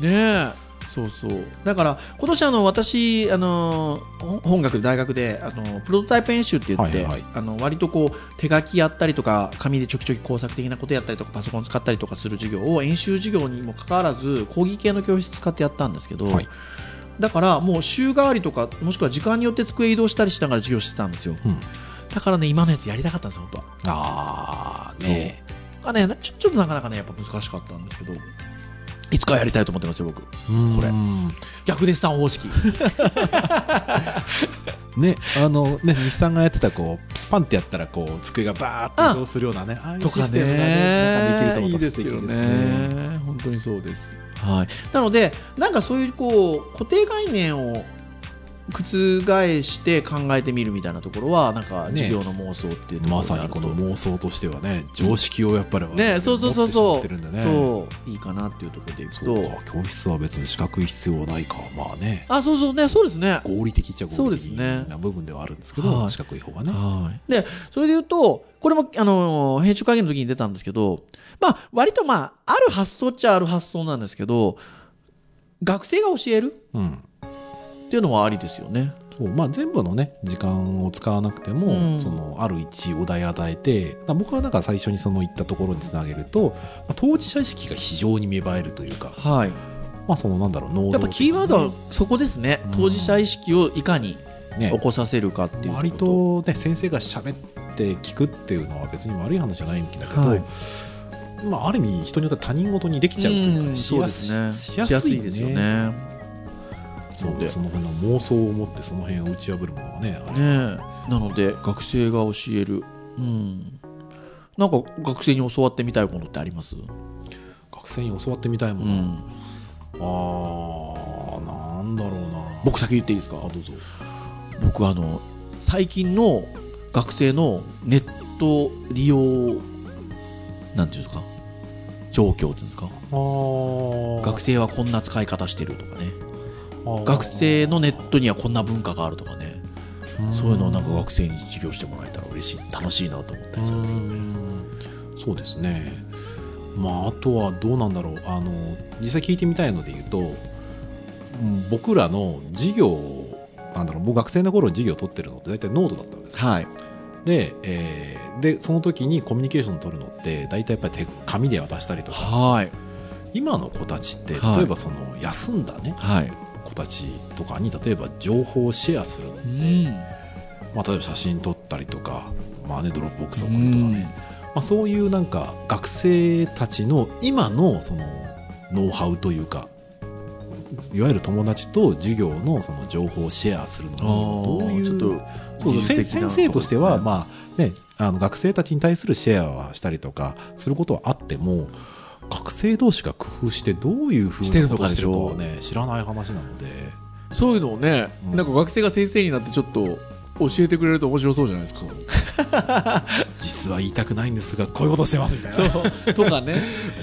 [SPEAKER 1] い ねえそうそうだから今年あの私あのほ本学で大学であのプロトタイプ演習って言って、
[SPEAKER 2] はいはい
[SPEAKER 1] あの割とこう手書きやったりとか紙でちょきちょき工作的なことやったりとかパソコン使ったりとかする授業を演習授業にもかかわらず講義系の教室使ってやったんですけど、
[SPEAKER 2] はい
[SPEAKER 1] だからもう週替わりとかもしくは時間によって机移動したりしながら授業してたんですよ
[SPEAKER 2] うん
[SPEAKER 1] だからね今のやつやりたかったんですよ本当は。
[SPEAKER 2] ああ
[SPEAKER 1] ねがねちょちょっとなかなかねやっぱ難しかったんですけどいつかやりたいと思ってますよ僕
[SPEAKER 2] こ
[SPEAKER 1] こ
[SPEAKER 2] れ
[SPEAKER 1] れ逆デッサン方 式
[SPEAKER 2] ねあのね西さんがやってたこうパンってやったらこう机がバーッと移動するようなねああいう
[SPEAKER 1] と
[SPEAKER 2] シ
[SPEAKER 1] か
[SPEAKER 2] ステムがねなんか
[SPEAKER 1] ねいい
[SPEAKER 2] できると思また
[SPEAKER 1] です
[SPEAKER 2] 素敵
[SPEAKER 1] よ
[SPEAKER 2] ですね
[SPEAKER 1] ね本当にそうですはいなのでなんかそういうこう固定概念を覆して考えてみるみたいなところはなんか
[SPEAKER 2] ね
[SPEAKER 1] 授業の妄想っていうところ
[SPEAKER 2] まさにこの妄想としてはね常識をやっぱり
[SPEAKER 1] ねそうそうそうそ
[SPEAKER 2] 持っ
[SPEAKER 1] う
[SPEAKER 2] てしまってるんだね
[SPEAKER 1] そういいかなっていうところでいく
[SPEAKER 2] そう
[SPEAKER 1] と
[SPEAKER 2] か教室は別に資格必要ないかまあね
[SPEAKER 1] あそうそうねそうですね
[SPEAKER 2] 合理的っちゃ
[SPEAKER 1] そう
[SPEAKER 2] 合
[SPEAKER 1] で
[SPEAKER 2] 理
[SPEAKER 1] す
[SPEAKER 2] 的
[SPEAKER 1] ね
[SPEAKER 2] な部分ではあるんですけ
[SPEAKER 1] は
[SPEAKER 2] ど
[SPEAKER 1] い
[SPEAKER 2] 資格いい方がね
[SPEAKER 1] はい、でそれで言うとこれも、あのー編集会議の時に出たんですけど、まあ、割と、まあ、ある発想っちゃある発想なんですけど学生が教える
[SPEAKER 2] うん
[SPEAKER 1] っていうのはありですよね。
[SPEAKER 2] そうまあ、全部のね時間を使わなくても、
[SPEAKER 1] うん
[SPEAKER 2] そのある一お題与えてだから僕はなんか最初にその言ったところにつなげると、まあ当事者意識が非常に芽生えるというか、
[SPEAKER 1] はい、
[SPEAKER 2] まあ、そのなんだろう能動
[SPEAKER 1] やっぱキーワードは
[SPEAKER 2] は
[SPEAKER 1] そこですね、
[SPEAKER 2] うん
[SPEAKER 1] 当事者意識をいかに
[SPEAKER 2] ね
[SPEAKER 1] 起こさせるかっていうこと
[SPEAKER 2] 割とね先生が喋って聞くっていうのは別に悪い話じゃないんだけど、
[SPEAKER 1] はい
[SPEAKER 2] まあ、ある意味人によっては他人事にできちゃうというかね、
[SPEAKER 1] ん
[SPEAKER 2] し
[SPEAKER 1] そう
[SPEAKER 2] や
[SPEAKER 1] ですすね
[SPEAKER 2] しやすい,、
[SPEAKER 1] しですよね。
[SPEAKER 2] そう
[SPEAKER 1] ので
[SPEAKER 2] その辺の妄想を持ってその辺を打ち破るものがねあれ
[SPEAKER 1] ねえなので学生が教える、うん、なんか学生に教わってみたいものってあります、
[SPEAKER 2] 学生に教わってみたいも
[SPEAKER 1] う
[SPEAKER 2] の、
[SPEAKER 1] ん、
[SPEAKER 2] あーなんだろうな
[SPEAKER 1] 僕先言っていいですか
[SPEAKER 2] あどうぞ
[SPEAKER 1] 僕あの最近の学生のネット利用なんていうんですか状況っていうんですか学
[SPEAKER 2] 学
[SPEAKER 1] 生はこんな使い方してるとかね学生のネットにはこんな文化があるとかねそういうのをなんか学生に授業してもらえたら嬉しい楽しいなと思ったりするんですよね
[SPEAKER 2] そうですねまああとはどうなんだろうあの実際聞いてみたいので言うとうん僕らの授業をなんだろう僕学生の頃授業を取ってるのって大体ノートだったんですよ
[SPEAKER 1] はい
[SPEAKER 2] で,、えーでその時にコミュニケーションを取るのって大体やっぱり手紙で渡したりとか
[SPEAKER 1] はい
[SPEAKER 2] 今の子たちって
[SPEAKER 1] はい
[SPEAKER 2] 例えばその休んだね
[SPEAKER 1] はい
[SPEAKER 2] 子たちとかに例えば情報をシェアするの
[SPEAKER 1] うん
[SPEAKER 2] まあ、例えば写真撮ったりとか、まあね、ドロップボックス送るとかね、まあ、そういうなんか学生たちの今のそのノウハウというかいわゆる友達と授業のその情報をシェアするのにどういう
[SPEAKER 1] ちょっと
[SPEAKER 2] そうそ
[SPEAKER 1] 技
[SPEAKER 2] う
[SPEAKER 1] 術
[SPEAKER 2] 先
[SPEAKER 1] 的な
[SPEAKER 2] 先生としては、
[SPEAKER 1] こ
[SPEAKER 2] まあね、あの学生たちに対するシェアはしたりとかすることはあっても学生同士が工夫してどういうふう
[SPEAKER 1] して
[SPEAKER 2] な
[SPEAKER 1] る
[SPEAKER 2] こ
[SPEAKER 1] のか
[SPEAKER 2] とを
[SPEAKER 1] で
[SPEAKER 2] して
[SPEAKER 1] し
[SPEAKER 2] る
[SPEAKER 1] ょ
[SPEAKER 2] かはね知らない話なので
[SPEAKER 1] そういうのをね、
[SPEAKER 2] うん
[SPEAKER 1] なんか学生が先生になってちょっと教えてくれると面白そうじゃないですか。
[SPEAKER 2] 実実は言いたくないんですがこういうことしてますみたいな
[SPEAKER 1] そうとかね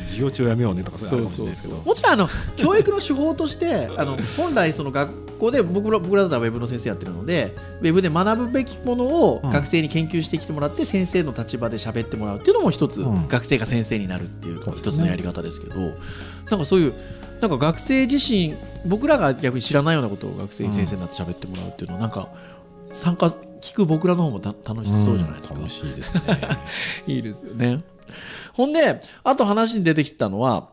[SPEAKER 2] 授業中やめようねとか そういうのあるかもしれないですけど
[SPEAKER 1] もちろんあの教育の手法としてあの本来その学校で僕ら僕らだったらウェブの先生やってるのでウェブで学ぶべきものを
[SPEAKER 2] うん
[SPEAKER 1] 学生に研究してきてもらって、先生の立場で喋ってもらうっていうのも一つ、
[SPEAKER 2] うん
[SPEAKER 1] 学生が先生になるっていう
[SPEAKER 2] そうですね
[SPEAKER 1] 一つのやり方ですけど、なんかそういうなんか学生自身僕らが逆に知らないようなことを学生に先生になって喋ってもらうっていうのはなんか参加聞く僕らの方もた楽しそうじゃないですか。
[SPEAKER 2] ん楽しいです ね
[SPEAKER 1] いいですよね。ほんで、あと話に出てきたのは、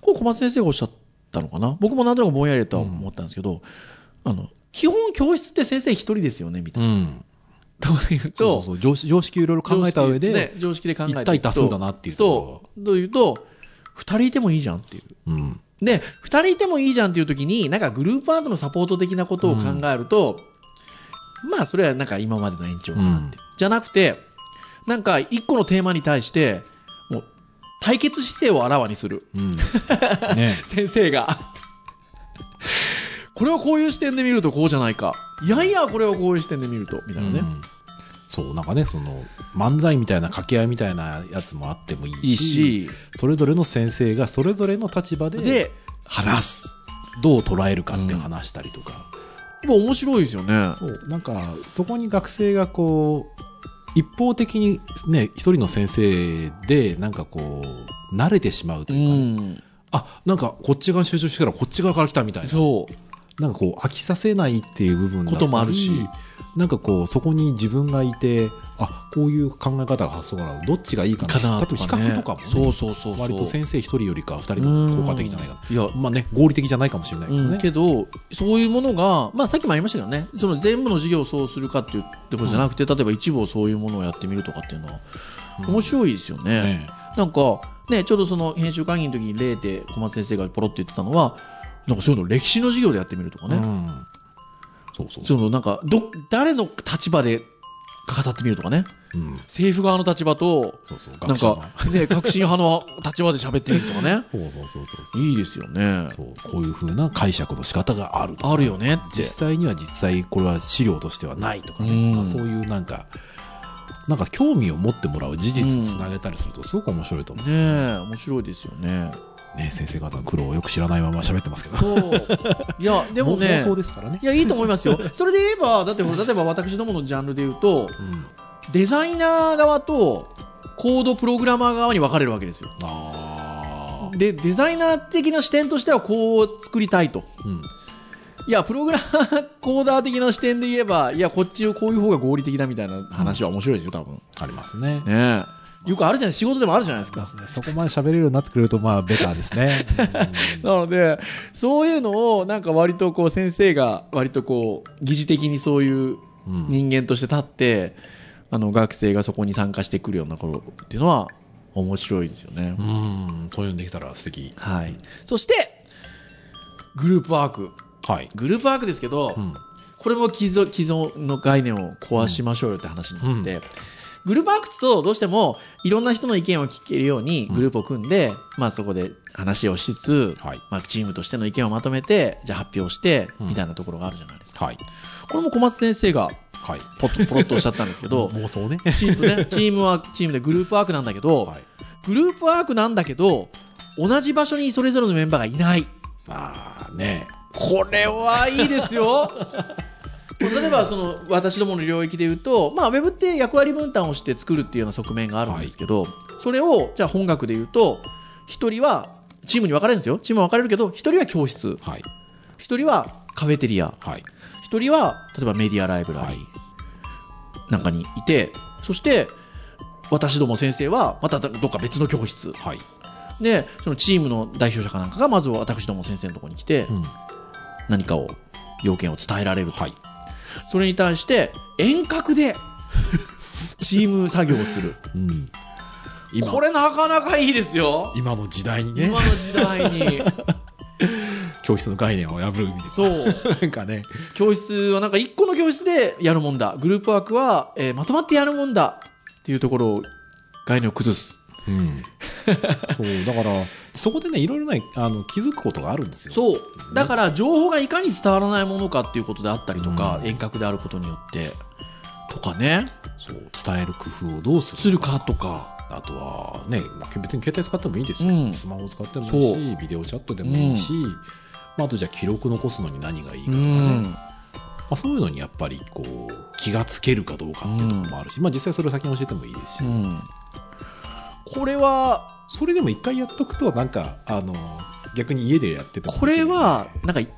[SPEAKER 1] これ小松先生がおっしゃったのかな僕もなんとなくぼんやりとは思ったんですけど、あの、基本教室って先生一人ですよね、みた
[SPEAKER 2] う
[SPEAKER 1] い
[SPEAKER 2] ん
[SPEAKER 1] な。というと、
[SPEAKER 2] そうそうそう常識常識いろいろ考えた上で、
[SPEAKER 1] ね常識で考えていくと
[SPEAKER 2] 一対多数だなっていうとこ
[SPEAKER 1] そう。というと、二人いてもいいじゃんっていう。
[SPEAKER 2] うん
[SPEAKER 1] で、二人いてもいいじゃんっていう時に、なんかグループアートのサポート的なことを考えると、まあ、それはなんか今までの延長かなっていう。じゃなくて、なんか一個のテーマに対して、もう、対決姿勢をあらわにする。
[SPEAKER 2] うんね
[SPEAKER 1] 先生が。 これをこういう視点で見るとこうじゃないか。いやいや、これをこういう視点で見ると。みたいなね。
[SPEAKER 2] うんそうなんかねその漫才みたいな掛け合いみたいなやつもあってもい
[SPEAKER 1] い
[SPEAKER 2] い
[SPEAKER 1] いし、
[SPEAKER 2] それぞれの先生がそれぞれの立場で
[SPEAKER 1] で、
[SPEAKER 2] 話すどう捉えるかって話したりとか、
[SPEAKER 1] もう面白いですよね。
[SPEAKER 2] そうなんかそこに学生がこう一方的にね一人の先生でなんかこう慣れてしまうと
[SPEAKER 1] う
[SPEAKER 2] いうか、ね
[SPEAKER 1] ん。
[SPEAKER 2] あなんかこっち側に集中してからこっち側から来たみたいな
[SPEAKER 1] そう。
[SPEAKER 2] なんかこう飽きさせないっていう部分だったり
[SPEAKER 1] こともあるし
[SPEAKER 2] なんかこうそこに自分がいてあこういう考え方が発想があるどっちがいいかな
[SPEAKER 1] かな
[SPEAKER 2] 例えば比較とかもね、
[SPEAKER 1] そうそうそうそう。
[SPEAKER 2] 割と先生一人よりか二人の方が効果的じゃないかな、
[SPEAKER 1] いや、
[SPEAKER 2] まあね合理的じゃないかもしれないけどね、
[SPEAKER 1] うん、けどそういうものが、まあ、さっきもありましたけどねその全部の授業をそうするかっていうってことじゃなくて、例えば一部をそういうものをやってみるとかっていうのは
[SPEAKER 2] うん
[SPEAKER 1] 面白いですよね。
[SPEAKER 2] ね
[SPEAKER 1] なんか、ね、ちょうどその編集会議の時に例で小松先生がポロって言ってたのはなんかそういうのを歴史の授業でやってみるとかね、
[SPEAKER 2] うんそうそう
[SPEAKER 1] そ
[SPEAKER 2] そ、
[SPEAKER 1] うのなんかど誰の立場で語ってみるとかね
[SPEAKER 2] うん、
[SPEAKER 1] 政府側の立場と
[SPEAKER 2] そうそう
[SPEAKER 1] なん
[SPEAKER 2] 学者の
[SPEAKER 1] か、ね、革新派の立場で喋ってみるとかね
[SPEAKER 2] そうそうそうそうそう
[SPEAKER 1] いいですよね。
[SPEAKER 2] そうこういうふうな解釈の仕方があると
[SPEAKER 1] あるよねって
[SPEAKER 2] 実際には実際これは資料としてはないとかね、
[SPEAKER 1] うん
[SPEAKER 2] まあそういうなんかなんか興味を持ってもらう事実つなげたりするとすごく面白いと思う、
[SPEAKER 1] ねえ面白いですよね。
[SPEAKER 2] ね先生方の苦労をよく知らないまま喋ってますけど
[SPEAKER 1] そう。い や、でもね
[SPEAKER 2] 妄、想 ですからね
[SPEAKER 1] いや、いいと思い ますよ。それで言えば、だってほら、例えば私どものジャンルで言うと、
[SPEAKER 2] うん
[SPEAKER 1] デザイナー側とコードプログラマー側に分かれるわけですよ。
[SPEAKER 2] あ
[SPEAKER 1] で、デザイナー的な視点としてはこう作りたいと。
[SPEAKER 2] ーうん
[SPEAKER 1] いや、プログラマー、コーダー的な視点で言えば、いや、こっちをこういう方が合理的だみたいな話は面白いですよ、多分。
[SPEAKER 2] ありますね
[SPEAKER 1] ねえ。よくあるじゃない、仕事でもあるじゃないです
[SPEAKER 2] ま
[SPEAKER 1] か。
[SPEAKER 2] すねそこまで喋れるようになってくれるとまあベターですね、
[SPEAKER 1] なので、そういうのを、なんか割とこう、先生が割とこう、疑似的にそういう
[SPEAKER 2] うんうん
[SPEAKER 1] 人間として立ってあの学生がそこに参加してくるような頃っていうのは面白いですよね、
[SPEAKER 2] うんそういうのできたら素敵
[SPEAKER 1] はいそしてグループワーク
[SPEAKER 2] はい、
[SPEAKER 1] グループワークですけど、
[SPEAKER 2] うん、
[SPEAKER 1] これも既存既存の概念を壊しましょうよって話になって、グループワークって言うとどうしてもいろんな人の意見を聞けるようにグループを組んで、まあそこで話をしつつ、
[SPEAKER 2] はい
[SPEAKER 1] まあ、チームとしての意見をまとめてじゃあ発表してみたいなところがあるじゃないですか、
[SPEAKER 2] はい
[SPEAKER 1] これも小松先生が
[SPEAKER 2] はい
[SPEAKER 1] ポッとポロッとおっしゃったんですけど
[SPEAKER 2] 妄想ね
[SPEAKER 1] チーム ね、チームはチームでグループワークなんだけど、
[SPEAKER 2] はい
[SPEAKER 1] グループワークなんだけど、同じ場所にそれぞれのメンバーがいない。
[SPEAKER 2] まあね
[SPEAKER 1] これはいいですよ 例えばその私どもの領域で言うと、まあ、ウェブって役割分担をして作るっていうような側面があるんですけど、それをじゃあ本学で言うと1人はチームに分かれるんですよチームは分かれるけど1人は教室
[SPEAKER 2] はい
[SPEAKER 1] 1人はカフェテリア
[SPEAKER 2] はい
[SPEAKER 1] 1人は例えばメディアライブラリー、
[SPEAKER 2] はい
[SPEAKER 1] なんかにいてそして私ども先生はまたどっか別の教室
[SPEAKER 2] はい、
[SPEAKER 1] でそのチームの代表者かなんかがまずは私ども先生のところに来て、
[SPEAKER 2] うん
[SPEAKER 1] 何かを要件を伝えられると、
[SPEAKER 2] はい
[SPEAKER 1] それに対して遠隔で チーム作業をする
[SPEAKER 2] うん、今
[SPEAKER 1] これなかなかいいですよ
[SPEAKER 2] 今の時代にね
[SPEAKER 1] 今の時代 に
[SPEAKER 2] 教室の概念を破る意味で
[SPEAKER 1] そう
[SPEAKER 2] なんかね
[SPEAKER 1] 教室はなんか一個の教室でやるもんだグループワークは、えーまとまってやるもんだっていうところを概念を崩す
[SPEAKER 2] うんそうだからそこでねいろいろねあの気づくことがあるんですよ
[SPEAKER 1] そうだから情報がいかに伝わらないものかっていうことであったりとか、
[SPEAKER 2] うん
[SPEAKER 1] 遠隔であることによってとかね
[SPEAKER 2] そう伝える工夫をどうする
[SPEAKER 1] するかとか
[SPEAKER 2] あとはね別に携帯使ってもいいですよ、
[SPEAKER 1] うん
[SPEAKER 2] スマホ使っても
[SPEAKER 1] そ
[SPEAKER 2] いいうしビデオチャットでもいいし、まあ、あとじゃあ記録残すのに何がいい
[SPEAKER 1] う
[SPEAKER 2] かとかね、
[SPEAKER 1] ん
[SPEAKER 2] まあ、そういうのにやっぱりこう気がつけるかどうかっていうところもあるし、まあ、実際それを先に教えてもいいですし、
[SPEAKER 1] うんこれは
[SPEAKER 2] それでも一回やっとくとなんかあの逆に家でやってても
[SPEAKER 1] これはなんかや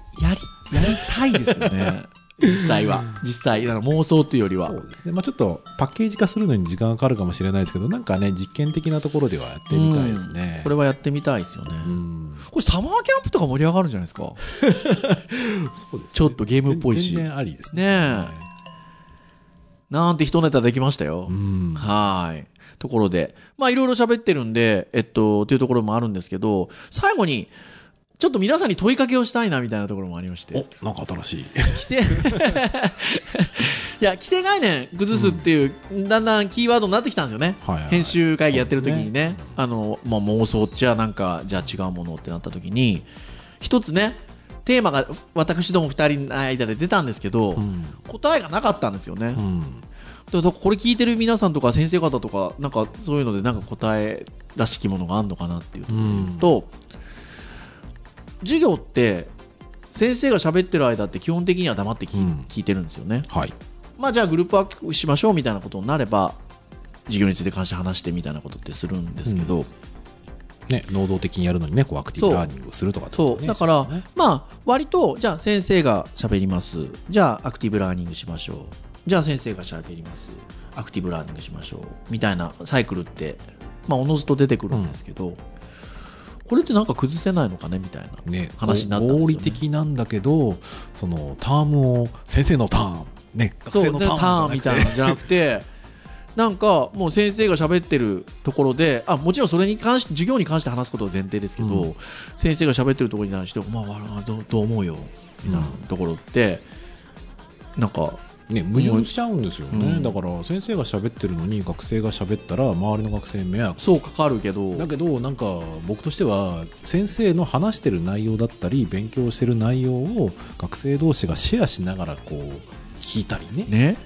[SPEAKER 1] りやりたいですよ ね実際は実際だから妄想というよりは
[SPEAKER 2] そうですね、まあ、ちょっとパッケージ化するのに時間がかかるかもしれないですけどなんかね実験的なところではやってみたいですね、
[SPEAKER 1] うんこれはやってみたいですよね、
[SPEAKER 2] うん
[SPEAKER 1] これサマーキャンプとか盛り上がるんじゃないですか
[SPEAKER 2] そうですね
[SPEAKER 1] ちょっとゲームっぽいし
[SPEAKER 2] 全然ありですね
[SPEAKER 1] ねえ
[SPEAKER 2] それね
[SPEAKER 1] なんて一ネタできましたよ、
[SPEAKER 2] うん
[SPEAKER 1] はーい。ところで。まあ、いろいろ喋ってるんで、えっと、というところもあるんですけど、最後に、ちょっと皆さんに問いかけをしたいな、みたいなところもありまして。
[SPEAKER 2] おなんか新しい
[SPEAKER 1] 規制、 いや、規制概念崩すっていう、だんだんキーワードになってきたんですよね。
[SPEAKER 2] はいはいはい
[SPEAKER 1] 編集会議やってる時に
[SPEAKER 2] そう
[SPEAKER 1] ね、あの、まあ、妄想じゃなんか、じゃあ違うものってなった時に、一つね、テーマが私ども二人の間で出たんですけど、
[SPEAKER 2] うん、
[SPEAKER 1] 答えがなかったんですよね。
[SPEAKER 2] うん、
[SPEAKER 1] でもだからこれ聞いてる皆さんとか先生方とかなんかそういうのでなんか答えらしきものがあるのかなっていうところで言うと、授業って先生が喋ってる間って基本的には黙って聞,、
[SPEAKER 2] うん
[SPEAKER 1] 聞いてるんですよね。
[SPEAKER 2] はい
[SPEAKER 1] まあじゃあグループワークしましょうみたいなことになれば授業について関して話してみたいなことってするんですけど、
[SPEAKER 2] ね能動的にやるのにねこうアクティブラーニングをするとかってこと
[SPEAKER 1] そ
[SPEAKER 2] ね
[SPEAKER 1] うだから、
[SPEAKER 2] そうですね
[SPEAKER 1] まあ割とじゃあ先生が喋りますじゃあアクティブラーニングしましょうじゃあ先生が喋りますアクティブラーニングしましょうみたいなサイクルってまあおのずと出てくるんですけど、これってなんか崩せないのかねみたいな、
[SPEAKER 2] ね、
[SPEAKER 1] 話になったんですよね
[SPEAKER 2] 合理的なんだけどそのタームを先生のターンね学
[SPEAKER 1] そ
[SPEAKER 2] 生
[SPEAKER 1] う
[SPEAKER 2] の
[SPEAKER 1] で
[SPEAKER 2] タ
[SPEAKER 1] タ
[SPEAKER 2] ー
[SPEAKER 1] ー
[SPEAKER 2] ン
[SPEAKER 1] ンみ
[SPEAKER 2] じゃ
[SPEAKER 1] た
[SPEAKER 2] ないく
[SPEAKER 1] なのじゃなくて なんかもう先生が喋ってるところであもちろんそれに関して授業に関して話すことは前提ですけど、
[SPEAKER 2] う
[SPEAKER 1] 先生が喋ってるところに対して「まあわどうどう思うよ」みたいなところって、なんか
[SPEAKER 2] て、ね、矛盾しちゃうんですよね、
[SPEAKER 1] うん
[SPEAKER 2] だから先生が喋ってるのに学生が喋ったら周りの学生に迷惑
[SPEAKER 1] そうかかるけど
[SPEAKER 2] だけどなんか僕としては先生の話してる内容だったり勉強してる内容を学生同士がシェアしながらこう聞いたりね
[SPEAKER 1] ね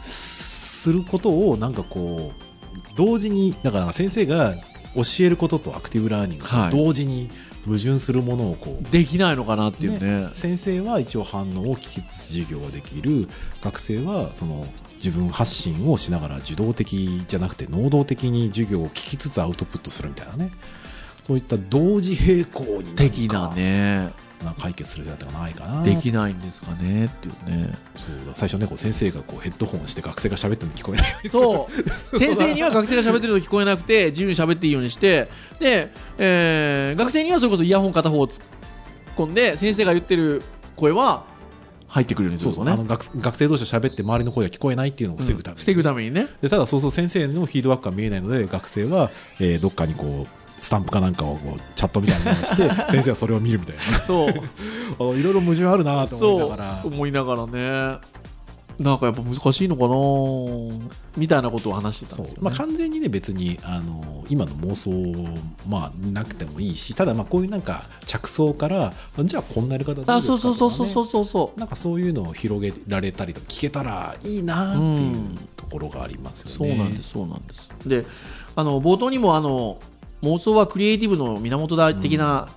[SPEAKER 2] することをなんかこう同時にだから先生が教えることとアクティブラーニング
[SPEAKER 1] はい
[SPEAKER 2] が同時に矛盾するものをこう、
[SPEAKER 1] できないのかなっていうね
[SPEAKER 2] 先生は一応反応を聞きつつ授業ができる学生はその自分発信をしながら受動的じゃなくて能動的に授業を聞きつつアウトプットするみたいなねそういった同時並行になんか
[SPEAKER 1] 的なね
[SPEAKER 2] なんか解決するやつがないかな
[SPEAKER 1] できないんですかねっていうね
[SPEAKER 2] そうだ最初ねこう先生がこうヘッドホンして学生が喋ってるの聞こえない
[SPEAKER 1] そう先生には学生が喋ってるの聞こえなくて自由に喋っていいようにしてで、えー学生にはそれこそイヤホン片方を突っ込んで先生が言ってる声は入ってくるようにす
[SPEAKER 2] そう
[SPEAKER 1] る
[SPEAKER 2] そ
[SPEAKER 1] と
[SPEAKER 2] う、
[SPEAKER 1] ね
[SPEAKER 2] あの学学生同士が喋って周りの声が聞こえないっていうのを防ぐために、
[SPEAKER 1] 防ぐために ね
[SPEAKER 2] でただそうそう先生のフィードバックが見えないので学生は、えーどっかにこうスタンプかなんかをこうチャットみたいなのをして先生はそれを見るみたいな
[SPEAKER 1] そう
[SPEAKER 2] あいろいろ矛盾あるなと思い
[SPEAKER 1] そ
[SPEAKER 2] ながら
[SPEAKER 1] う思いながらねなんかやっぱ難しいのかなみたいなことを話してたん
[SPEAKER 2] そう
[SPEAKER 1] ですよ、ね
[SPEAKER 2] まあ、完全にね別にあの今の妄想、まあ、なくてもいいしただまあこういうなんか着想からじゃあこんなやり方どうですか
[SPEAKER 1] あそうそうそうそう
[SPEAKER 2] とかね
[SPEAKER 1] そうそうそう
[SPEAKER 2] なんかそういうのを広げられたりとか聞けたらいいなっていううんところがありますよね。
[SPEAKER 1] そうなんです、そうなんです。で、あの冒頭にもあの妄想はクリエイティブの源だ的な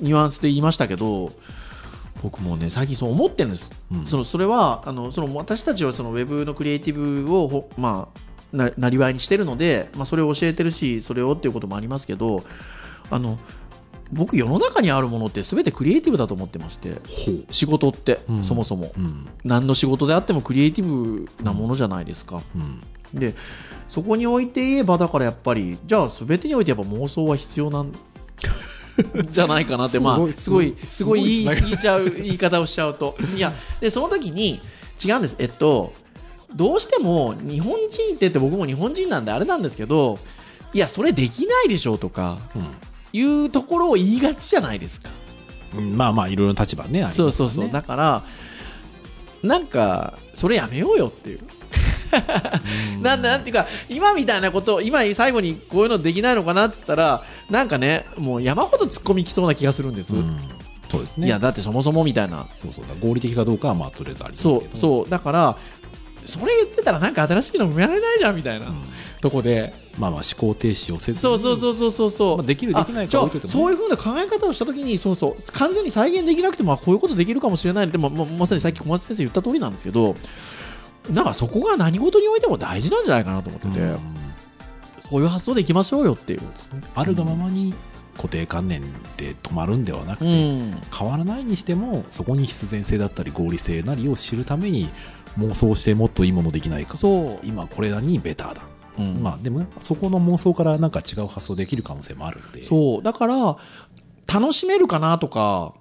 [SPEAKER 1] ニュアンスで言いましたけど、僕もね最近そう思ってるんです。
[SPEAKER 2] うん
[SPEAKER 1] そのそれはあのその私たちはそのウェブのクリエイティブをほまあななりわいにしてるので、まあそれを教えてるし、それをっていうこともありますけど、あの僕世の中にあるものって全てクリエイティブだと思ってまして、
[SPEAKER 2] ほう
[SPEAKER 1] 仕事って、
[SPEAKER 2] うん
[SPEAKER 1] そもそも
[SPEAKER 2] うん
[SPEAKER 1] 何の仕事であってもクリエイティブなものじゃないですか。
[SPEAKER 2] うん
[SPEAKER 1] でそこにおいて言えばだからやっぱりじゃあ全てにおいてやっぱ妄想は必要なん じゃないかなって
[SPEAKER 2] す
[SPEAKER 1] ま
[SPEAKER 2] ご
[SPEAKER 1] あ
[SPEAKER 2] い
[SPEAKER 1] すごいす
[SPEAKER 2] す
[SPEAKER 1] ご
[SPEAKER 2] ご
[SPEAKER 1] い
[SPEAKER 2] い
[SPEAKER 1] 言い
[SPEAKER 2] すごい
[SPEAKER 1] 過ぎちゃう言い方をしちゃうといやでその時に違うんですえっとどうしても日本人ってって僕も日本人なんであれなんですけどいやそれできないでしょうとかいうところを言いがちじゃないですか
[SPEAKER 2] うんまあまあいろいろな立場ねあります
[SPEAKER 1] そうそうそう、
[SPEAKER 2] ね
[SPEAKER 1] だからなんかそれやめようよっていう なんだなんていうか今みたいなこと今最後にこういうのできないのかなっつったらなんかねもう山ほど突っ込みきそうな気がするんです、
[SPEAKER 2] うんそうですね
[SPEAKER 1] いやだってそもそもみたいな
[SPEAKER 2] そうそうだ合理的かどうかはまあとりあえずありますけ
[SPEAKER 1] そ
[SPEAKER 2] ど
[SPEAKER 1] うそうだからそれ言ってたらなんか新しいのもやられないじゃんみたいな、とこで
[SPEAKER 2] まあまあ思考停止をせずに
[SPEAKER 1] そうそうそうそうそうそう、
[SPEAKER 2] まあできるできないか
[SPEAKER 1] あ
[SPEAKER 2] 置いといても
[SPEAKER 1] じゃあそういうふうな考え方をしたときにそうそう完全に再現できなくてもあこういうことできるかもしれないでもままさにさっき小松先生言った通りなんですけどなんかそこが何事においても大事なんじゃないかなと思ってて、
[SPEAKER 2] うん
[SPEAKER 1] そういう発想でいきましょうよっていう、
[SPEAKER 2] あるがままに固定観念で止まるんではなく
[SPEAKER 1] う
[SPEAKER 2] て、
[SPEAKER 1] ん、
[SPEAKER 2] 変わらないにしてもそこに必然性だったり合理性なりを知るために妄想してもっといいものできないか
[SPEAKER 1] そ
[SPEAKER 2] 今これなりにベターだ、
[SPEAKER 1] う、うん
[SPEAKER 2] まあでもそこの妄想からなんか違う発想できる可能性もあるんで
[SPEAKER 1] そうだから楽しめるかなとか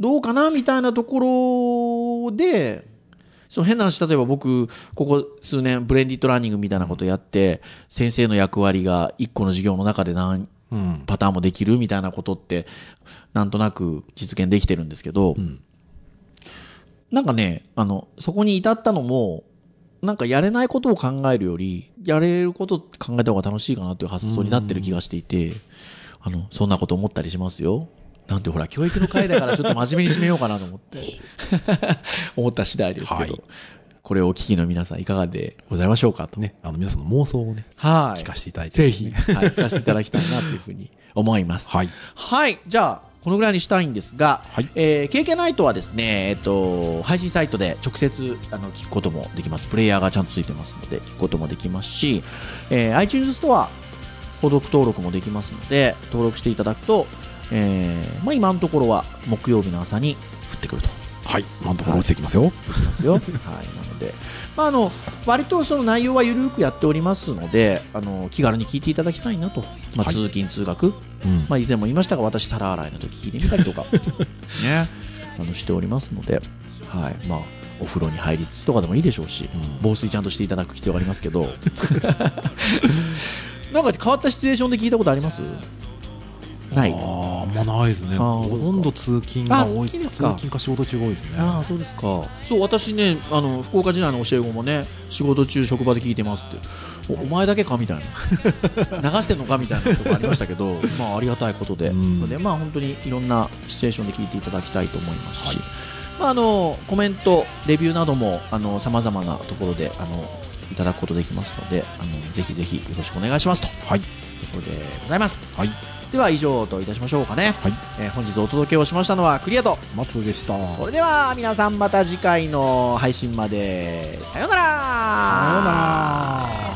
[SPEAKER 1] どうかなみたいなところでその変な話例えば僕ここ数年ブレンディットラーニングみたいなことやって先生の役割が1個の授業の中で何
[SPEAKER 2] うん、
[SPEAKER 1] パターンもできるみたいなことってなんとなく実現できてるんですけど、
[SPEAKER 2] ん
[SPEAKER 1] なんかねあのそこに至ったのもなんかやれないことを考えるよりやれること考えた方が楽しいかなという発想になってる気がしていて、あのそんなこと思ったりしますよなんてほら教育の回だからちょっと真面目に締めようかなと思って 思った次第ですけど、
[SPEAKER 2] はい
[SPEAKER 1] これをお聞きの皆さんいかがでございましょうかと
[SPEAKER 2] ね、あの皆さんの妄想をね
[SPEAKER 1] はい
[SPEAKER 2] 聞かせていただいて、
[SPEAKER 1] ぜひ、はい、聞かせていただきたいなというふうに思います。
[SPEAKER 2] はい
[SPEAKER 1] はい、じゃあ、このぐらいにしたいんですが、
[SPEAKER 2] はい
[SPEAKER 1] えー、KK ナイトはですね、えっと、配信サイトで直接あの聞くこともできます。プレイヤーがちゃんとついてますので、聞くこともできますし、えー iTunes ストア、購読登録もできますので、登録していただくと、えーまあ、今のところは木曜日の朝に降ってくると。
[SPEAKER 2] はい今のところ落ちてきますよ、
[SPEAKER 1] です よ。はい、なので、まあ、あの割とその内容はゆるくやっておりますのであの気軽に聞いていただきたいなと、まあ、
[SPEAKER 2] はい
[SPEAKER 1] 通勤・通学、
[SPEAKER 2] うん
[SPEAKER 1] まあ、以前も言いましたが私皿洗いの時聞いてみたりと か、ね、あのしておりますので、はいまあ、お風呂に入りつつとかでもいいでしょうし、
[SPEAKER 2] ん
[SPEAKER 1] 防水ちゃんとしていただく必要がありますけど なんか変わったシチュエーションで聞いたことありますない
[SPEAKER 2] あーあんまないですね
[SPEAKER 1] あー
[SPEAKER 2] ほとんど通勤が多
[SPEAKER 1] あ
[SPEAKER 2] い
[SPEAKER 1] 通勤です
[SPEAKER 2] 通
[SPEAKER 1] か
[SPEAKER 2] 勤か仕事中が多いですね
[SPEAKER 1] ああそうですかそう私ねあの福岡時代の教え子もね仕事中職場で聞いてますっておお前だけかみたいな 流してんのかみたいなことがありましたけ どまあありがたいことで,、
[SPEAKER 2] うん
[SPEAKER 1] でまあ本当にいろんなシチュエーションで聞いていただきたいと思いますし、まあ、あのコメントレビューなどもさまざまなところであのいただくことできますのであのぜひぜひよろしくお願いしますと
[SPEAKER 2] はい
[SPEAKER 1] いうことでございます
[SPEAKER 2] はい
[SPEAKER 1] では以上といたしましょうかね、
[SPEAKER 2] はい
[SPEAKER 1] えー本日お届けをしましたのはクリアと
[SPEAKER 2] 松でした
[SPEAKER 1] それでは皆さんまた次回の配信までさようなら
[SPEAKER 2] さようなら